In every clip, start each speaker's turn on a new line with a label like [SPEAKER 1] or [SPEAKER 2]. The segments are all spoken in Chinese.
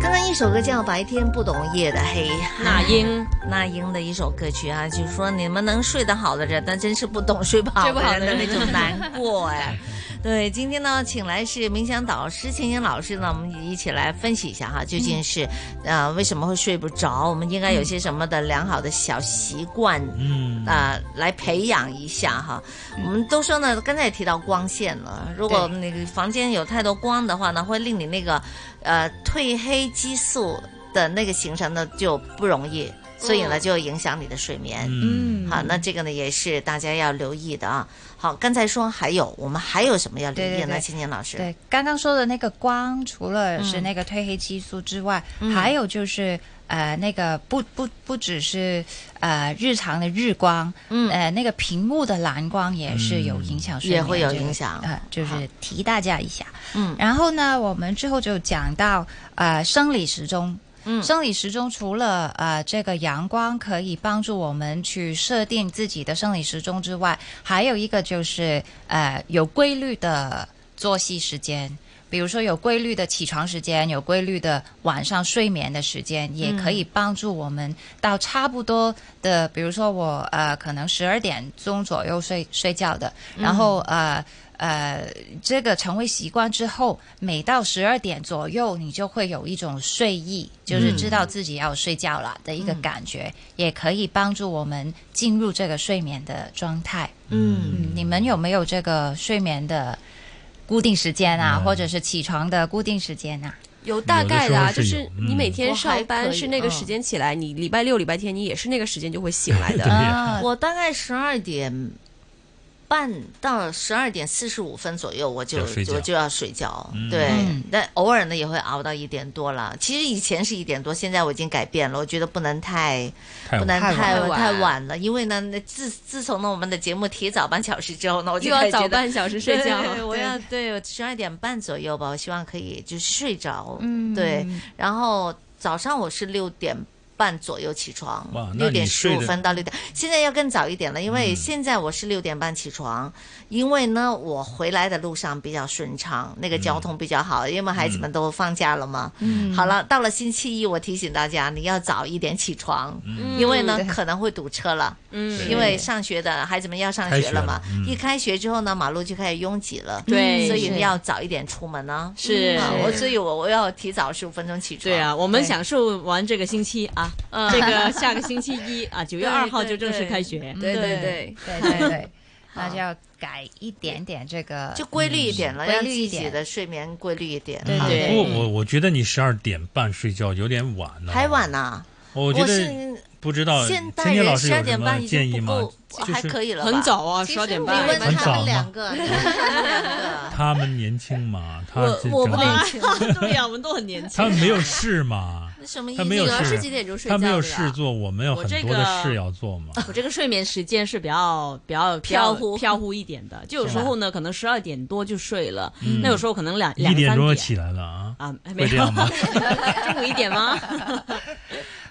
[SPEAKER 1] 刚刚一首歌叫《白天不懂夜的黑》，
[SPEAKER 2] 那英
[SPEAKER 1] 那英的一首歌曲啊，就是说你们能睡得好的人，但真是不懂睡不好
[SPEAKER 2] 睡不好
[SPEAKER 1] 的
[SPEAKER 2] 的
[SPEAKER 1] 人的
[SPEAKER 2] 人
[SPEAKER 1] 那种难过 哎。对，今天呢，请来是冥想导师晴晴老师呢，我们一起来分析一下哈，究竟是、呃为什么会睡不着，我们应该有些什么的良好的小习惯
[SPEAKER 3] 嗯，
[SPEAKER 1] 啊、来培养一下哈。
[SPEAKER 4] 嗯
[SPEAKER 1] 我们都说呢，刚才也提到光线了，如果那个房间有太多光的话呢，会令你那个呃褪黑激素的那个形成呢就不容易，所以呢
[SPEAKER 5] 嗯
[SPEAKER 1] 就影响你的睡眠。
[SPEAKER 3] 嗯，
[SPEAKER 1] 好，那这个呢也是大家要留意的啊。好，刚才说还有我们还有什么要留意
[SPEAKER 4] 对对
[SPEAKER 1] 呢？
[SPEAKER 4] 对
[SPEAKER 1] 青年老师，
[SPEAKER 4] 对，刚刚说的那个光，除了是那个褪黑激素之外，
[SPEAKER 1] 嗯
[SPEAKER 4] 还有就是呃，那个不不不只是呃日常的日光，
[SPEAKER 1] 嗯
[SPEAKER 4] 呃，那个屏幕的蓝光也是有影响睡
[SPEAKER 1] 也
[SPEAKER 4] 眠这个，
[SPEAKER 1] 会有影响
[SPEAKER 4] 呃，就
[SPEAKER 1] 好
[SPEAKER 4] 是提大家一下。
[SPEAKER 1] 嗯
[SPEAKER 4] 然后呢，我们之后就讲到呃生理时钟。
[SPEAKER 1] 嗯
[SPEAKER 4] 生理时钟除了呃这个阳光可以帮助我们去设定自己的生理时钟之外，还有一个就是呃有规律的作息时间，比如说有规律的起床时间，有规律的晚上睡眠的时间，也可以帮助我们到差不多的，比如说我呃可能十二点钟左右睡睡觉的，然后呃。呃，这个成为习惯之后，每到十二点左右，你就会有一种睡意，就是知道自己要睡觉了的一
[SPEAKER 1] 嗯
[SPEAKER 4] 个感觉，也可以帮助我们进入这个睡眠的状态。
[SPEAKER 1] 嗯
[SPEAKER 4] 嗯，你们有没有这个睡眠的固定时间
[SPEAKER 1] 嗯
[SPEAKER 4] 啊，或者是起床的固定时间啊？
[SPEAKER 6] 有大概的啊，
[SPEAKER 3] 有
[SPEAKER 6] 就
[SPEAKER 3] 的时候是有
[SPEAKER 6] 是你每
[SPEAKER 1] 嗯
[SPEAKER 6] 天上
[SPEAKER 1] 我还可
[SPEAKER 6] 班
[SPEAKER 1] 以
[SPEAKER 6] 是那个时间起来，你礼拜六、礼拜天你也是那个时间就会醒来
[SPEAKER 3] 对
[SPEAKER 6] 的。
[SPEAKER 4] 嗯啊
[SPEAKER 3] 呀
[SPEAKER 1] 我大概十二点半到十二点四十五分左右，我就
[SPEAKER 3] 要睡觉
[SPEAKER 1] 我就要睡觉。
[SPEAKER 3] 嗯
[SPEAKER 1] 对
[SPEAKER 4] 嗯，
[SPEAKER 1] 但偶尔呢也会熬到一点多了。其实以前是一点多，现在我已经改变了，我觉得不能太
[SPEAKER 3] 太
[SPEAKER 1] 不能
[SPEAKER 4] 晚
[SPEAKER 1] 太
[SPEAKER 6] 太晚
[SPEAKER 1] 太晚了，因为呢，那自自从呢我们的节目提早半小时之后呢，我就
[SPEAKER 6] 又要
[SPEAKER 1] 开始觉
[SPEAKER 6] 早
[SPEAKER 1] 得
[SPEAKER 6] 半小时睡觉，
[SPEAKER 1] 对我要对十二点半左右吧，我希望可以就是睡着。
[SPEAKER 4] 嗯
[SPEAKER 1] 对，然后早上我是六点半左右起床
[SPEAKER 3] 哇，那
[SPEAKER 1] 六
[SPEAKER 3] 你
[SPEAKER 1] 点十
[SPEAKER 3] 睡
[SPEAKER 1] 五
[SPEAKER 3] 得嗯
[SPEAKER 1] 分到六点，现在要更早一点了，因为现在我是六点半起床，因为呢我回来的路上比较顺畅，那个交通比较
[SPEAKER 3] 嗯
[SPEAKER 1] 好，因为孩子们都放假了嘛。
[SPEAKER 4] 嗯
[SPEAKER 1] 好了，到了星期一，我提醒大家你要早一点起床，
[SPEAKER 3] 嗯
[SPEAKER 1] 因为呢
[SPEAKER 4] 对
[SPEAKER 1] 可能会堵车了。
[SPEAKER 3] 对
[SPEAKER 6] 嗯，
[SPEAKER 1] 因为上学的孩子们要上学了嘛，
[SPEAKER 3] 开学了嗯
[SPEAKER 1] 一开学之后呢，马路就开始拥挤了，
[SPEAKER 6] 对
[SPEAKER 1] 所以
[SPEAKER 4] 是
[SPEAKER 1] 你要早一点出门呢、
[SPEAKER 5] 是
[SPEAKER 1] 啊。我所以我我要提早十五分钟起床。
[SPEAKER 5] 对啊，，我们
[SPEAKER 4] 对
[SPEAKER 5] 享受完这个星期啊，
[SPEAKER 6] 嗯
[SPEAKER 5] 这个下个星期一 啊，九月
[SPEAKER 1] 对
[SPEAKER 5] 二号就
[SPEAKER 1] 对
[SPEAKER 5] 正式
[SPEAKER 1] 对嗯
[SPEAKER 5] 开学。
[SPEAKER 6] 对
[SPEAKER 4] 对对
[SPEAKER 6] 对，
[SPEAKER 4] 对 对对，那就要改一点点这个，
[SPEAKER 1] 就规律一点了，
[SPEAKER 4] 嗯
[SPEAKER 1] 让自
[SPEAKER 4] 规律一点
[SPEAKER 1] 己的睡眠规律一点。
[SPEAKER 4] 对
[SPEAKER 1] 哈
[SPEAKER 4] 对
[SPEAKER 3] 不过我我觉得你十二点半睡觉有点晚了，
[SPEAKER 1] 还晚。呢，
[SPEAKER 3] 我觉
[SPEAKER 1] 啊我
[SPEAKER 3] 得
[SPEAKER 1] 是
[SPEAKER 3] 不知道，
[SPEAKER 1] 现
[SPEAKER 3] 今
[SPEAKER 1] 代
[SPEAKER 3] 天老
[SPEAKER 1] 人
[SPEAKER 3] 师
[SPEAKER 1] 十二
[SPEAKER 3] 有什
[SPEAKER 1] 点
[SPEAKER 3] 么
[SPEAKER 1] 半已
[SPEAKER 3] 建议
[SPEAKER 1] 经不
[SPEAKER 3] 吗
[SPEAKER 1] 够，？
[SPEAKER 3] 就
[SPEAKER 1] 还
[SPEAKER 3] 是
[SPEAKER 1] 可以了吧，
[SPEAKER 5] 很早啊，
[SPEAKER 1] 其
[SPEAKER 5] 十
[SPEAKER 1] 实
[SPEAKER 5] 二点
[SPEAKER 1] 你
[SPEAKER 5] 半。
[SPEAKER 1] 问
[SPEAKER 3] 很
[SPEAKER 1] 他
[SPEAKER 3] 早
[SPEAKER 1] 们
[SPEAKER 3] 吗
[SPEAKER 1] 两个，你问他们两个。
[SPEAKER 3] 他们年轻嘛，他这
[SPEAKER 1] 我
[SPEAKER 3] 整
[SPEAKER 1] 不
[SPEAKER 3] 个
[SPEAKER 1] 年
[SPEAKER 5] 轻， 对呀，我们都很年轻
[SPEAKER 3] 他。们没有事嘛，
[SPEAKER 1] 那什么意
[SPEAKER 3] 他
[SPEAKER 1] 思？
[SPEAKER 3] 没有
[SPEAKER 6] 女儿
[SPEAKER 3] 事
[SPEAKER 6] 是几点钟睡觉
[SPEAKER 3] 他
[SPEAKER 6] 的？
[SPEAKER 3] 没有事。做，我们有
[SPEAKER 5] 我
[SPEAKER 3] 很
[SPEAKER 5] 这
[SPEAKER 3] 多的
[SPEAKER 5] 个
[SPEAKER 3] 事要做嘛。
[SPEAKER 5] 我这个睡眠时间是比较比较
[SPEAKER 1] 飘忽
[SPEAKER 5] 飘忽一点的，就有时候呢，可能十二点多就睡了，
[SPEAKER 3] 嗯
[SPEAKER 5] 那有时候可能两
[SPEAKER 3] 一
[SPEAKER 5] 两
[SPEAKER 3] 点
[SPEAKER 5] 三
[SPEAKER 3] 钟就
[SPEAKER 5] 点
[SPEAKER 3] 起来了啊，
[SPEAKER 5] 啊，没
[SPEAKER 3] 会这
[SPEAKER 5] 有
[SPEAKER 3] 样吗？
[SPEAKER 5] 中午一点吗？
[SPEAKER 1] 嗯哎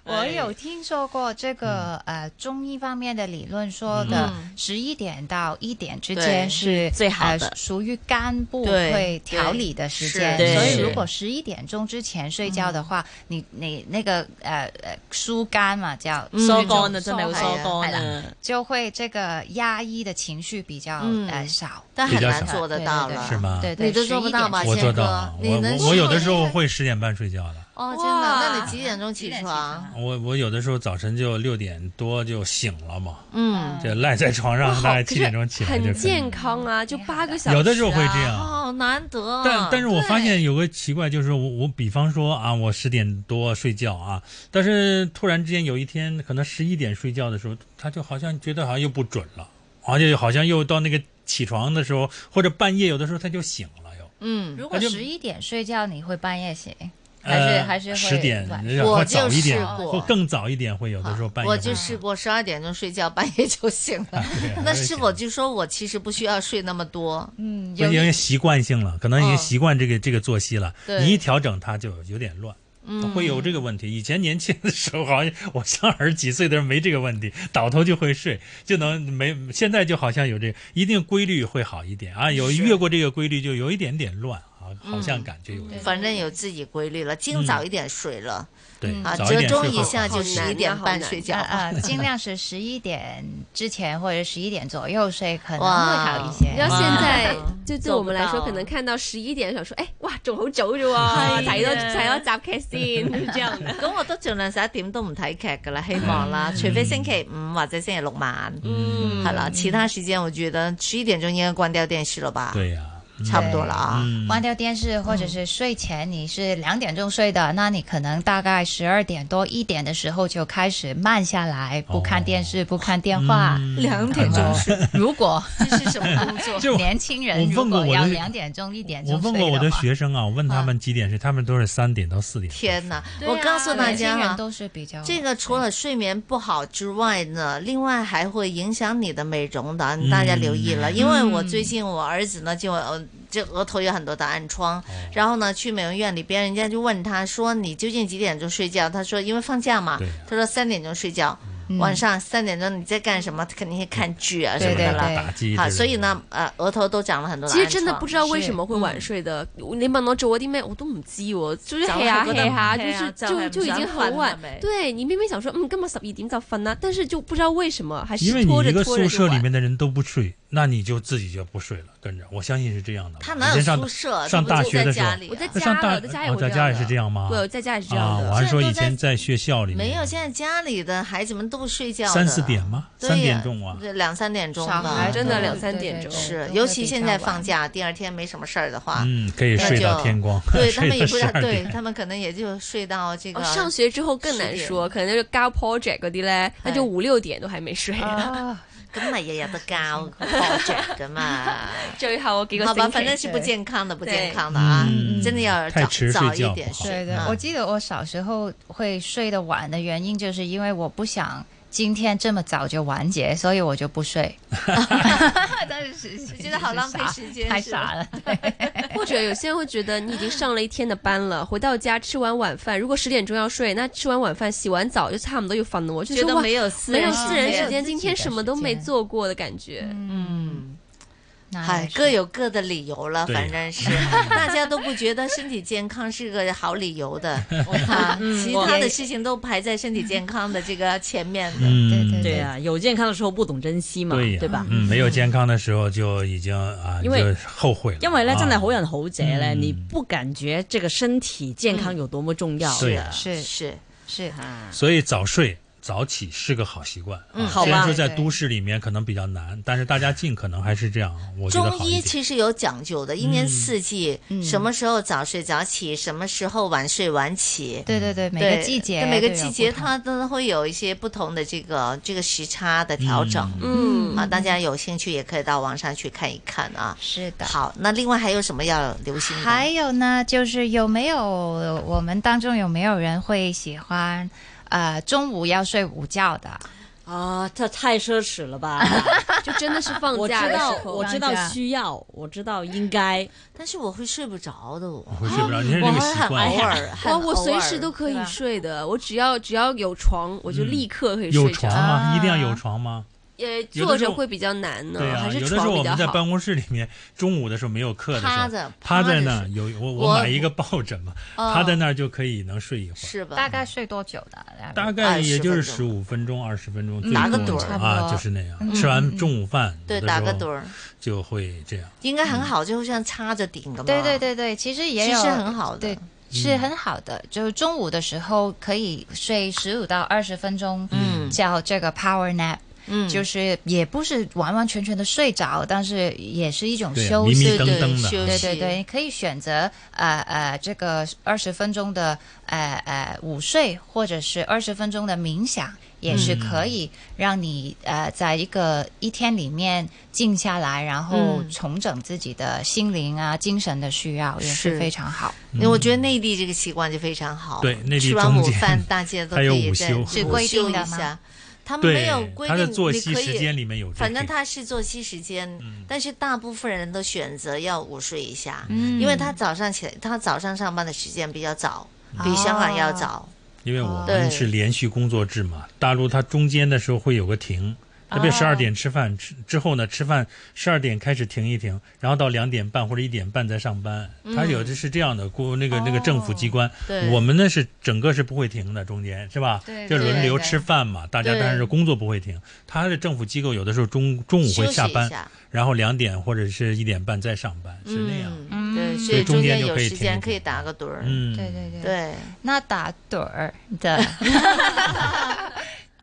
[SPEAKER 4] 我有听说过这
[SPEAKER 1] 嗯
[SPEAKER 4] 个、呃中医方面的理论说的，十一点到一点之
[SPEAKER 1] 对
[SPEAKER 4] 间是
[SPEAKER 5] 最好的
[SPEAKER 4] 呃，属于肝部
[SPEAKER 1] 对
[SPEAKER 4] 会调理的时间。
[SPEAKER 1] 对是嗯
[SPEAKER 4] 所以
[SPEAKER 3] 对
[SPEAKER 4] 如果十一点钟之前睡觉的话，你你那个呃呃疏肝嘛叫
[SPEAKER 1] 嗯
[SPEAKER 5] 收
[SPEAKER 4] 那种
[SPEAKER 5] 工呢，真的有
[SPEAKER 4] 疏
[SPEAKER 5] 收
[SPEAKER 4] 肝
[SPEAKER 5] 工
[SPEAKER 4] 係啦
[SPEAKER 5] 呢。
[SPEAKER 4] 就会这个压抑的情绪比较、
[SPEAKER 1] 嗯
[SPEAKER 4] 呃少。
[SPEAKER 1] 但很
[SPEAKER 3] 比较
[SPEAKER 1] 难
[SPEAKER 3] 少
[SPEAKER 1] 做得到了，
[SPEAKER 3] 是吗
[SPEAKER 4] 对对，
[SPEAKER 1] 你都做不到吗？
[SPEAKER 4] 11
[SPEAKER 3] 我
[SPEAKER 1] 宪
[SPEAKER 3] 做
[SPEAKER 1] 哥
[SPEAKER 3] 到啊，
[SPEAKER 1] 你
[SPEAKER 3] 我
[SPEAKER 1] 能
[SPEAKER 3] 我我有的
[SPEAKER 1] 睡
[SPEAKER 3] 时候会十点半睡觉的，
[SPEAKER 1] 哦，真的？那
[SPEAKER 5] 哇
[SPEAKER 1] 你几点钟起
[SPEAKER 4] 点起
[SPEAKER 1] 床？
[SPEAKER 3] 我我有的时候早晨就六点多就醒了嘛，
[SPEAKER 1] 嗯，
[SPEAKER 3] 就赖在床上，大概七点钟起来就
[SPEAKER 6] 很
[SPEAKER 3] 可以
[SPEAKER 6] 健康啊，就八个小时、啊。
[SPEAKER 3] 有的时候会这样，
[SPEAKER 1] 哦好难得啊。
[SPEAKER 3] 但但是我发现有个奇怪，就是我我比方说啊，我十点多睡觉啊，但是突然之间有一天可能十一点睡觉的时候，他就好像觉得好像又不准了，而且好像又到那个起床的时候或者半夜有的时候他就醒了又。
[SPEAKER 1] 嗯，
[SPEAKER 4] 如果
[SPEAKER 3] 那就
[SPEAKER 4] 十一点睡觉，你会半夜醒？还是
[SPEAKER 3] 呃
[SPEAKER 4] 还是会
[SPEAKER 3] 十点
[SPEAKER 4] 晚
[SPEAKER 1] 我
[SPEAKER 3] 或
[SPEAKER 1] 就
[SPEAKER 3] 早一点
[SPEAKER 1] 试，过
[SPEAKER 3] 或更早一点会有的时候半夜嗯
[SPEAKER 1] 我
[SPEAKER 3] 会
[SPEAKER 1] 就
[SPEAKER 3] 有
[SPEAKER 1] 试过十二点钟睡觉，半夜就醒了。
[SPEAKER 3] 对还
[SPEAKER 1] 那
[SPEAKER 3] 是
[SPEAKER 1] 是
[SPEAKER 3] 醒
[SPEAKER 1] 我就说我其实不需要睡那么多，
[SPEAKER 4] 嗯，
[SPEAKER 3] 因
[SPEAKER 4] 有一
[SPEAKER 3] 为习惯性了，可能已经
[SPEAKER 1] 嗯
[SPEAKER 3] 习惯这个、这个作息了，
[SPEAKER 1] 对
[SPEAKER 3] 你一调整它就有点乱。
[SPEAKER 1] 嗯，
[SPEAKER 3] 会有这个问题。以前年轻的时候，好像我上二十几岁的时候没这个问题，倒头就会睡，就能没。现在就好像有这个，一定规律会好一点啊。有越过这个规律，就有一点点乱啊，好
[SPEAKER 1] 嗯
[SPEAKER 3] 像感觉有点、
[SPEAKER 1] 反正有自己规律了，今早一点睡了、
[SPEAKER 3] 对。
[SPEAKER 1] 啊，
[SPEAKER 3] 嗯早一
[SPEAKER 1] 折
[SPEAKER 3] 点睡
[SPEAKER 1] 中
[SPEAKER 3] 会
[SPEAKER 1] 一
[SPEAKER 3] 好
[SPEAKER 1] 下就
[SPEAKER 6] 好
[SPEAKER 1] 十
[SPEAKER 6] 难
[SPEAKER 1] 一
[SPEAKER 6] 呀
[SPEAKER 1] 点
[SPEAKER 6] 好
[SPEAKER 1] 半
[SPEAKER 6] 难
[SPEAKER 1] 睡觉
[SPEAKER 4] 呃
[SPEAKER 1] 吧。
[SPEAKER 4] 呃，尽量是十一点之前或者十一点左右睡，可能会
[SPEAKER 1] 哇
[SPEAKER 4] 好一
[SPEAKER 6] 你
[SPEAKER 4] 些
[SPEAKER 6] 知道。现在 就对
[SPEAKER 1] 做
[SPEAKER 6] 我
[SPEAKER 1] 不
[SPEAKER 6] 們嚟
[SPEAKER 1] 到
[SPEAKER 6] 講，可能看到十一點，想說，誒、哇，仲好早啫喎，睇多睇多集劇 先，這樣嘅。
[SPEAKER 1] 咁我都盡量十一點都唔睇劇噶啦，希望啦，
[SPEAKER 3] 嗯
[SPEAKER 1] 除非星期五或者星期六晚，
[SPEAKER 6] 嗯
[SPEAKER 1] 係啦，其他時間我覺得十一點鐘應該關掉電視了吧，
[SPEAKER 3] 对呀、嗯
[SPEAKER 1] 差不多了啊。
[SPEAKER 3] 嗯
[SPEAKER 4] 关掉电视或者是睡前，你是两点钟睡的，那你可能大概十二点多一点的时候就开始慢下来，不看电视，不看电话。
[SPEAKER 3] 嗯
[SPEAKER 1] 两点钟睡，
[SPEAKER 4] 如果
[SPEAKER 1] 这是什么工 作？
[SPEAKER 3] 就
[SPEAKER 4] 年轻人
[SPEAKER 3] 我
[SPEAKER 4] 如
[SPEAKER 3] 问过
[SPEAKER 4] 果
[SPEAKER 3] 我
[SPEAKER 4] 要
[SPEAKER 3] 的
[SPEAKER 4] 两点钟一点
[SPEAKER 3] 我
[SPEAKER 4] 钟
[SPEAKER 3] 问
[SPEAKER 4] 睡
[SPEAKER 3] 过我的
[SPEAKER 4] 话，
[SPEAKER 3] 学生啊，我问
[SPEAKER 1] 嗯
[SPEAKER 3] 他们几点睡，他们都是三点到四点。
[SPEAKER 1] 天哪！
[SPEAKER 4] 对啊
[SPEAKER 1] 我告诉大
[SPEAKER 4] 年轻
[SPEAKER 1] 家
[SPEAKER 4] 人
[SPEAKER 1] 啊，
[SPEAKER 4] 都是比
[SPEAKER 3] 嗯
[SPEAKER 4] 较
[SPEAKER 1] 这个除了睡眠不好之外呢，另外还会影响你的美容的，大家留意
[SPEAKER 3] 嗯
[SPEAKER 1] 了。因为我最近我儿子呢，就呃这额头有很多的暗
[SPEAKER 3] 哦
[SPEAKER 1] 疮，然后呢去美容院里边，人家就问他说你究竟几点钟睡觉？他说因为放假嘛
[SPEAKER 3] 对呀，
[SPEAKER 1] 他说三点钟睡觉，
[SPEAKER 4] 嗯
[SPEAKER 1] 晚上三点钟你在干什么？他肯定是看剧啊什
[SPEAKER 3] 对
[SPEAKER 1] 么的
[SPEAKER 4] 对
[SPEAKER 1] 啦。
[SPEAKER 4] 对
[SPEAKER 3] 打击
[SPEAKER 1] 好，
[SPEAKER 3] 之类
[SPEAKER 1] 所以
[SPEAKER 3] 的
[SPEAKER 1] 呢，呃，额头都长了很多的
[SPEAKER 6] 其
[SPEAKER 1] 暗
[SPEAKER 6] 實
[SPEAKER 1] 瘡。
[SPEAKER 6] 真的
[SPEAKER 3] 哦
[SPEAKER 6] 不知道為什麼會晚睡的，你問我做咗啲咩我都唔知喎，就是
[SPEAKER 1] 就係
[SPEAKER 6] hea 下
[SPEAKER 1] 覺
[SPEAKER 6] hea
[SPEAKER 1] 得
[SPEAKER 6] 下，
[SPEAKER 1] 唔 hea 啊
[SPEAKER 6] 就是
[SPEAKER 1] 就係
[SPEAKER 6] 就
[SPEAKER 1] 唔
[SPEAKER 6] 就已
[SPEAKER 1] 想
[SPEAKER 6] 經
[SPEAKER 1] 瞓
[SPEAKER 6] 很
[SPEAKER 1] 啦
[SPEAKER 6] 晚
[SPEAKER 1] 咪。
[SPEAKER 6] 對你明明想說，嗯，今日十二點就瞓啦，但是就不知道為什麼，還
[SPEAKER 3] 因
[SPEAKER 6] 是
[SPEAKER 3] 为你
[SPEAKER 6] 拖
[SPEAKER 3] 一
[SPEAKER 6] 着
[SPEAKER 3] 个
[SPEAKER 6] 拖着
[SPEAKER 3] 宿
[SPEAKER 6] 就
[SPEAKER 3] 舍里
[SPEAKER 6] 晚。
[SPEAKER 3] 面的人都不睡，那你就自己就不睡了，跟着。我相信是这样的吧。
[SPEAKER 1] 他哪
[SPEAKER 3] 以
[SPEAKER 1] 有
[SPEAKER 3] 前上
[SPEAKER 1] 宿舍？
[SPEAKER 3] 上
[SPEAKER 1] 这不
[SPEAKER 3] 大
[SPEAKER 1] 就
[SPEAKER 3] 学的时
[SPEAKER 1] 在
[SPEAKER 3] 候
[SPEAKER 1] 家里啊
[SPEAKER 6] 我在
[SPEAKER 3] 上
[SPEAKER 6] 家
[SPEAKER 3] 大
[SPEAKER 6] 了，我在家也
[SPEAKER 3] 哦
[SPEAKER 6] 会
[SPEAKER 3] 在
[SPEAKER 6] 這
[SPEAKER 3] 家
[SPEAKER 6] 樣
[SPEAKER 3] 也是
[SPEAKER 6] 的哦
[SPEAKER 3] 这样吗？
[SPEAKER 6] 对，我在家也是這
[SPEAKER 3] 啊，
[SPEAKER 6] 樣
[SPEAKER 3] 我
[SPEAKER 6] 的。
[SPEAKER 3] 还说以
[SPEAKER 1] 现在都在
[SPEAKER 3] 前在学校里面
[SPEAKER 1] 没有，现在家里的孩子们都睡觉的，
[SPEAKER 3] 三四点吗？
[SPEAKER 1] 对
[SPEAKER 3] 三
[SPEAKER 1] 呀
[SPEAKER 3] 点钟啊，
[SPEAKER 1] 对两三点钟
[SPEAKER 4] 小孩
[SPEAKER 1] 吧，
[SPEAKER 6] 真的
[SPEAKER 4] 都
[SPEAKER 6] 两三
[SPEAKER 4] 对
[SPEAKER 6] 点
[SPEAKER 4] 对
[SPEAKER 6] 钟
[SPEAKER 4] 对
[SPEAKER 1] 是
[SPEAKER 4] 都，
[SPEAKER 1] 尤
[SPEAKER 4] 会
[SPEAKER 1] 其
[SPEAKER 4] 比
[SPEAKER 1] 现
[SPEAKER 4] 较
[SPEAKER 1] 在
[SPEAKER 4] 晚
[SPEAKER 1] 放假，第二天没什么事儿的话，
[SPEAKER 3] 嗯，可以
[SPEAKER 1] 那
[SPEAKER 3] 睡到
[SPEAKER 1] 就
[SPEAKER 3] 天光，
[SPEAKER 1] 对他
[SPEAKER 3] 睡
[SPEAKER 1] 们也
[SPEAKER 3] 到
[SPEAKER 1] 不知
[SPEAKER 3] 十
[SPEAKER 1] 道，
[SPEAKER 3] 二
[SPEAKER 1] 对
[SPEAKER 3] 点。
[SPEAKER 1] 他们可能也就睡到这个
[SPEAKER 6] 哦，上学之後更難
[SPEAKER 1] 十點
[SPEAKER 6] 說，可能就交 project 嗰啲咧，那就
[SPEAKER 1] 係
[SPEAKER 6] 五六點都還沒睡。
[SPEAKER 4] 啊，
[SPEAKER 1] 咁咪日日都交 project 噶 嘛，
[SPEAKER 6] 最後幾個
[SPEAKER 1] 好吧，
[SPEAKER 6] 星
[SPEAKER 1] 反正
[SPEAKER 6] 期。
[SPEAKER 1] 是不健康的，不
[SPEAKER 6] 对
[SPEAKER 1] 健康的啊
[SPEAKER 3] 嗯，
[SPEAKER 1] 真的要
[SPEAKER 3] 太
[SPEAKER 1] 早
[SPEAKER 3] 迟
[SPEAKER 1] 早
[SPEAKER 3] 睡觉
[SPEAKER 1] 一点
[SPEAKER 3] 不好
[SPEAKER 1] 睡
[SPEAKER 4] 对的
[SPEAKER 1] 啊，
[SPEAKER 4] 我记得我小时候会睡得晚的原因，就是因为我不想今天这么早就完结，所以我就 不睡。但是
[SPEAKER 1] 觉得好浪费时 间
[SPEAKER 4] 太
[SPEAKER 1] 是吧
[SPEAKER 4] 傻了。
[SPEAKER 6] 或者有些人会觉得你已经上了一天的班了，回到家吃完晚饭，如果十点钟要睡，那吃完晚饭洗完澡就差不多又烦了我，就
[SPEAKER 1] 觉
[SPEAKER 6] 是
[SPEAKER 1] 得
[SPEAKER 6] 哇
[SPEAKER 1] 没有私
[SPEAKER 6] 没有
[SPEAKER 1] 人
[SPEAKER 6] 私
[SPEAKER 1] 时
[SPEAKER 6] 人
[SPEAKER 1] 间
[SPEAKER 6] 时间，今天
[SPEAKER 4] 自己的
[SPEAKER 6] 什么都没
[SPEAKER 4] 时间
[SPEAKER 6] 做过的感觉。
[SPEAKER 1] 嗯。
[SPEAKER 4] 那
[SPEAKER 1] 嗨
[SPEAKER 4] 也，是
[SPEAKER 1] 各有各的理由了，
[SPEAKER 3] 对呀
[SPEAKER 1] 反 正是大家都不觉得身体健康是个好理由 的，啊，
[SPEAKER 4] 嗯
[SPEAKER 1] 其他的事情都排在身体健康的这个前面的。
[SPEAKER 3] 嗯，
[SPEAKER 4] 对
[SPEAKER 5] 对啊，有健康的时候不懂珍惜嘛，
[SPEAKER 3] 对呀，
[SPEAKER 5] 吧？
[SPEAKER 3] 嗯，没有健康的时候就已经啊，
[SPEAKER 5] 因为
[SPEAKER 3] 你就后悔了。
[SPEAKER 5] 因为呢，
[SPEAKER 3] 啊
[SPEAKER 5] 真的好人好者呢，
[SPEAKER 3] 嗯
[SPEAKER 5] 你不感觉这个身体健康有多么重要？
[SPEAKER 3] 对呀
[SPEAKER 1] 是
[SPEAKER 4] 是啊
[SPEAKER 1] 是，
[SPEAKER 4] 是
[SPEAKER 3] 所以早睡早起是个好习惯。
[SPEAKER 1] 嗯
[SPEAKER 3] 啊
[SPEAKER 5] 好吧
[SPEAKER 3] 虽然说在
[SPEAKER 4] 对
[SPEAKER 3] 都市里面可能比较难，但是大家尽可能还是这样，我觉得
[SPEAKER 1] 中
[SPEAKER 3] 好
[SPEAKER 1] 医
[SPEAKER 3] 一点。
[SPEAKER 1] 其实有讲究的，一年四季，
[SPEAKER 4] 嗯
[SPEAKER 1] 什么时候早睡早起，什么时候晚睡晚起。
[SPEAKER 4] 对对对，每
[SPEAKER 1] 对
[SPEAKER 4] 个季节
[SPEAKER 1] 每个
[SPEAKER 4] 都有
[SPEAKER 1] 季节
[SPEAKER 4] 不同
[SPEAKER 1] 它都会有一些不同的这个这个时差的调整、
[SPEAKER 6] 嗯，
[SPEAKER 1] 啊，大家有兴趣也可以到网上去看一看啊。
[SPEAKER 4] 是的。
[SPEAKER 1] 好，那另外还有什么要留心的？
[SPEAKER 4] 还有呢，就是有没有我们当中有没有人会喜欢呃中午要睡午觉的？
[SPEAKER 5] 啊，这太奢侈了吧！
[SPEAKER 6] 就真的是放
[SPEAKER 5] 我知
[SPEAKER 6] 假的
[SPEAKER 5] 道
[SPEAKER 6] 时，候
[SPEAKER 5] 我。知道需要，我知道应该，
[SPEAKER 1] 但是我会睡不着的，我哦
[SPEAKER 3] 我会睡不着，你看
[SPEAKER 1] 我
[SPEAKER 3] 这个
[SPEAKER 1] 很
[SPEAKER 3] 习
[SPEAKER 1] 很
[SPEAKER 3] 惯
[SPEAKER 1] 偶。尔， 很
[SPEAKER 6] 哇，我
[SPEAKER 1] 偶
[SPEAKER 6] 随
[SPEAKER 1] 尔
[SPEAKER 6] 时都可
[SPEAKER 4] 对吧
[SPEAKER 6] 以睡的，我只要只要有床，我就立刻可以
[SPEAKER 3] 有
[SPEAKER 6] 睡
[SPEAKER 3] 床
[SPEAKER 6] 着。
[SPEAKER 3] 吗？
[SPEAKER 4] 啊
[SPEAKER 3] 一定要有床吗？
[SPEAKER 6] 呃，
[SPEAKER 3] 有的
[SPEAKER 6] 坐
[SPEAKER 3] 时
[SPEAKER 6] 着
[SPEAKER 3] 候
[SPEAKER 6] 会比较难呢
[SPEAKER 3] 对，啊，
[SPEAKER 6] 嗯还是
[SPEAKER 3] 有的时
[SPEAKER 6] 床
[SPEAKER 3] 候
[SPEAKER 6] 比
[SPEAKER 3] 我
[SPEAKER 6] 较
[SPEAKER 3] 们在
[SPEAKER 6] 好。
[SPEAKER 3] 办公室里面，中午的时候没有课的时候，
[SPEAKER 1] 趴着
[SPEAKER 3] 趴在
[SPEAKER 1] 趴
[SPEAKER 3] 那
[SPEAKER 1] 着
[SPEAKER 3] 儿有我
[SPEAKER 1] 我
[SPEAKER 3] 我买一个抱枕嘛，
[SPEAKER 1] 哦
[SPEAKER 3] 趴在那儿就可以能睡一会儿，
[SPEAKER 1] 是吧？
[SPEAKER 4] 大概睡多久的？
[SPEAKER 3] 大概也就是
[SPEAKER 1] 20
[SPEAKER 3] 十五分钟、二十分钟，最
[SPEAKER 1] 嗯打个
[SPEAKER 3] 多
[SPEAKER 1] 盹儿
[SPEAKER 3] 啊，就是那样。吃完中午饭，
[SPEAKER 1] 嗯对，
[SPEAKER 3] 有的
[SPEAKER 1] 打个
[SPEAKER 3] 时候嗯
[SPEAKER 1] 盹儿
[SPEAKER 3] 就会这样。
[SPEAKER 1] 应该很好，就像插着顶的嘛。
[SPEAKER 4] 对对，对对，其实也
[SPEAKER 1] 其
[SPEAKER 4] 有
[SPEAKER 1] 实很好的。嗯
[SPEAKER 4] 对，是很好的。就是中午的时候可以睡十五到二十分钟，
[SPEAKER 1] 嗯
[SPEAKER 4] 叫这个 power nap。
[SPEAKER 1] 嗯
[SPEAKER 4] 就是也不是完完全全的睡着，但是也是一种
[SPEAKER 3] 对
[SPEAKER 4] 休
[SPEAKER 3] 迷
[SPEAKER 4] 息
[SPEAKER 3] 迷
[SPEAKER 1] 对啊
[SPEAKER 3] 瞪
[SPEAKER 1] 对
[SPEAKER 3] 瞪的啊
[SPEAKER 1] 休
[SPEAKER 4] 对
[SPEAKER 1] 息，
[SPEAKER 4] 对对，可以选择呃呃这个二十分钟的呃呃午睡，或者是二十分钟的冥想，也是可以
[SPEAKER 1] 嗯
[SPEAKER 4] 让你呃在一个一天里面静下来，然后
[SPEAKER 1] 嗯
[SPEAKER 4] 重整自己的心灵啊、精神的需要，也
[SPEAKER 1] 是
[SPEAKER 4] 是非常好。
[SPEAKER 1] 因为我觉得内地这个习惯就非常好。
[SPEAKER 3] 嗯对内地
[SPEAKER 1] 吃完午
[SPEAKER 3] 中间
[SPEAKER 1] 饭大家都
[SPEAKER 3] 还
[SPEAKER 1] 可
[SPEAKER 3] 有
[SPEAKER 1] 以
[SPEAKER 3] 午
[SPEAKER 1] 再
[SPEAKER 3] 休
[SPEAKER 4] 是规定的
[SPEAKER 1] 一
[SPEAKER 4] 吗
[SPEAKER 1] 下。他们没有
[SPEAKER 3] 对
[SPEAKER 1] 规
[SPEAKER 3] 他
[SPEAKER 1] 定，
[SPEAKER 3] 的
[SPEAKER 1] 你可
[SPEAKER 3] 作
[SPEAKER 1] 以，
[SPEAKER 3] 息时间里面有这个，
[SPEAKER 1] 反正他是作息时间，
[SPEAKER 3] 嗯
[SPEAKER 1] 但是大部分人都选择要午睡一下，
[SPEAKER 4] 嗯
[SPEAKER 1] 因为他早上起来，他早上上班的时间比较早，
[SPEAKER 4] 嗯
[SPEAKER 1] 比香港要
[SPEAKER 4] 哦
[SPEAKER 1] 早。
[SPEAKER 3] 因为我
[SPEAKER 1] 对
[SPEAKER 3] 们是连续工作制嘛，大陆它中间的时候会有个停，特
[SPEAKER 1] 啊
[SPEAKER 3] 别十二点吃饭之之后呢，吃饭十二点开始停一停，然后到两点半或者一点半再上班，它有的是这样的，过那个那个政府机关，
[SPEAKER 1] 嗯哦对
[SPEAKER 3] 我们呢是整个是不会停的，中间是吧？
[SPEAKER 4] 对
[SPEAKER 3] 就轮流
[SPEAKER 4] 对
[SPEAKER 3] 吃饭嘛，大家
[SPEAKER 1] 对
[SPEAKER 3] 但是工作不会停，它的政府机构有的时候中中午
[SPEAKER 1] 休
[SPEAKER 3] 会
[SPEAKER 1] 息
[SPEAKER 3] 下
[SPEAKER 1] 一
[SPEAKER 3] 班，
[SPEAKER 1] 下，
[SPEAKER 3] 然后两点或者是一点半再上班，是那样。
[SPEAKER 1] 嗯，对，
[SPEAKER 4] 嗯
[SPEAKER 1] 所以
[SPEAKER 3] 对中间
[SPEAKER 1] 间
[SPEAKER 3] 就
[SPEAKER 1] 有
[SPEAKER 3] 可以
[SPEAKER 1] 时
[SPEAKER 3] 停
[SPEAKER 1] 间
[SPEAKER 3] 一
[SPEAKER 1] 可以
[SPEAKER 3] 停
[SPEAKER 1] 打个盹儿。
[SPEAKER 3] 嗯，
[SPEAKER 4] 对对对，
[SPEAKER 1] 对，
[SPEAKER 4] 那打盹儿 的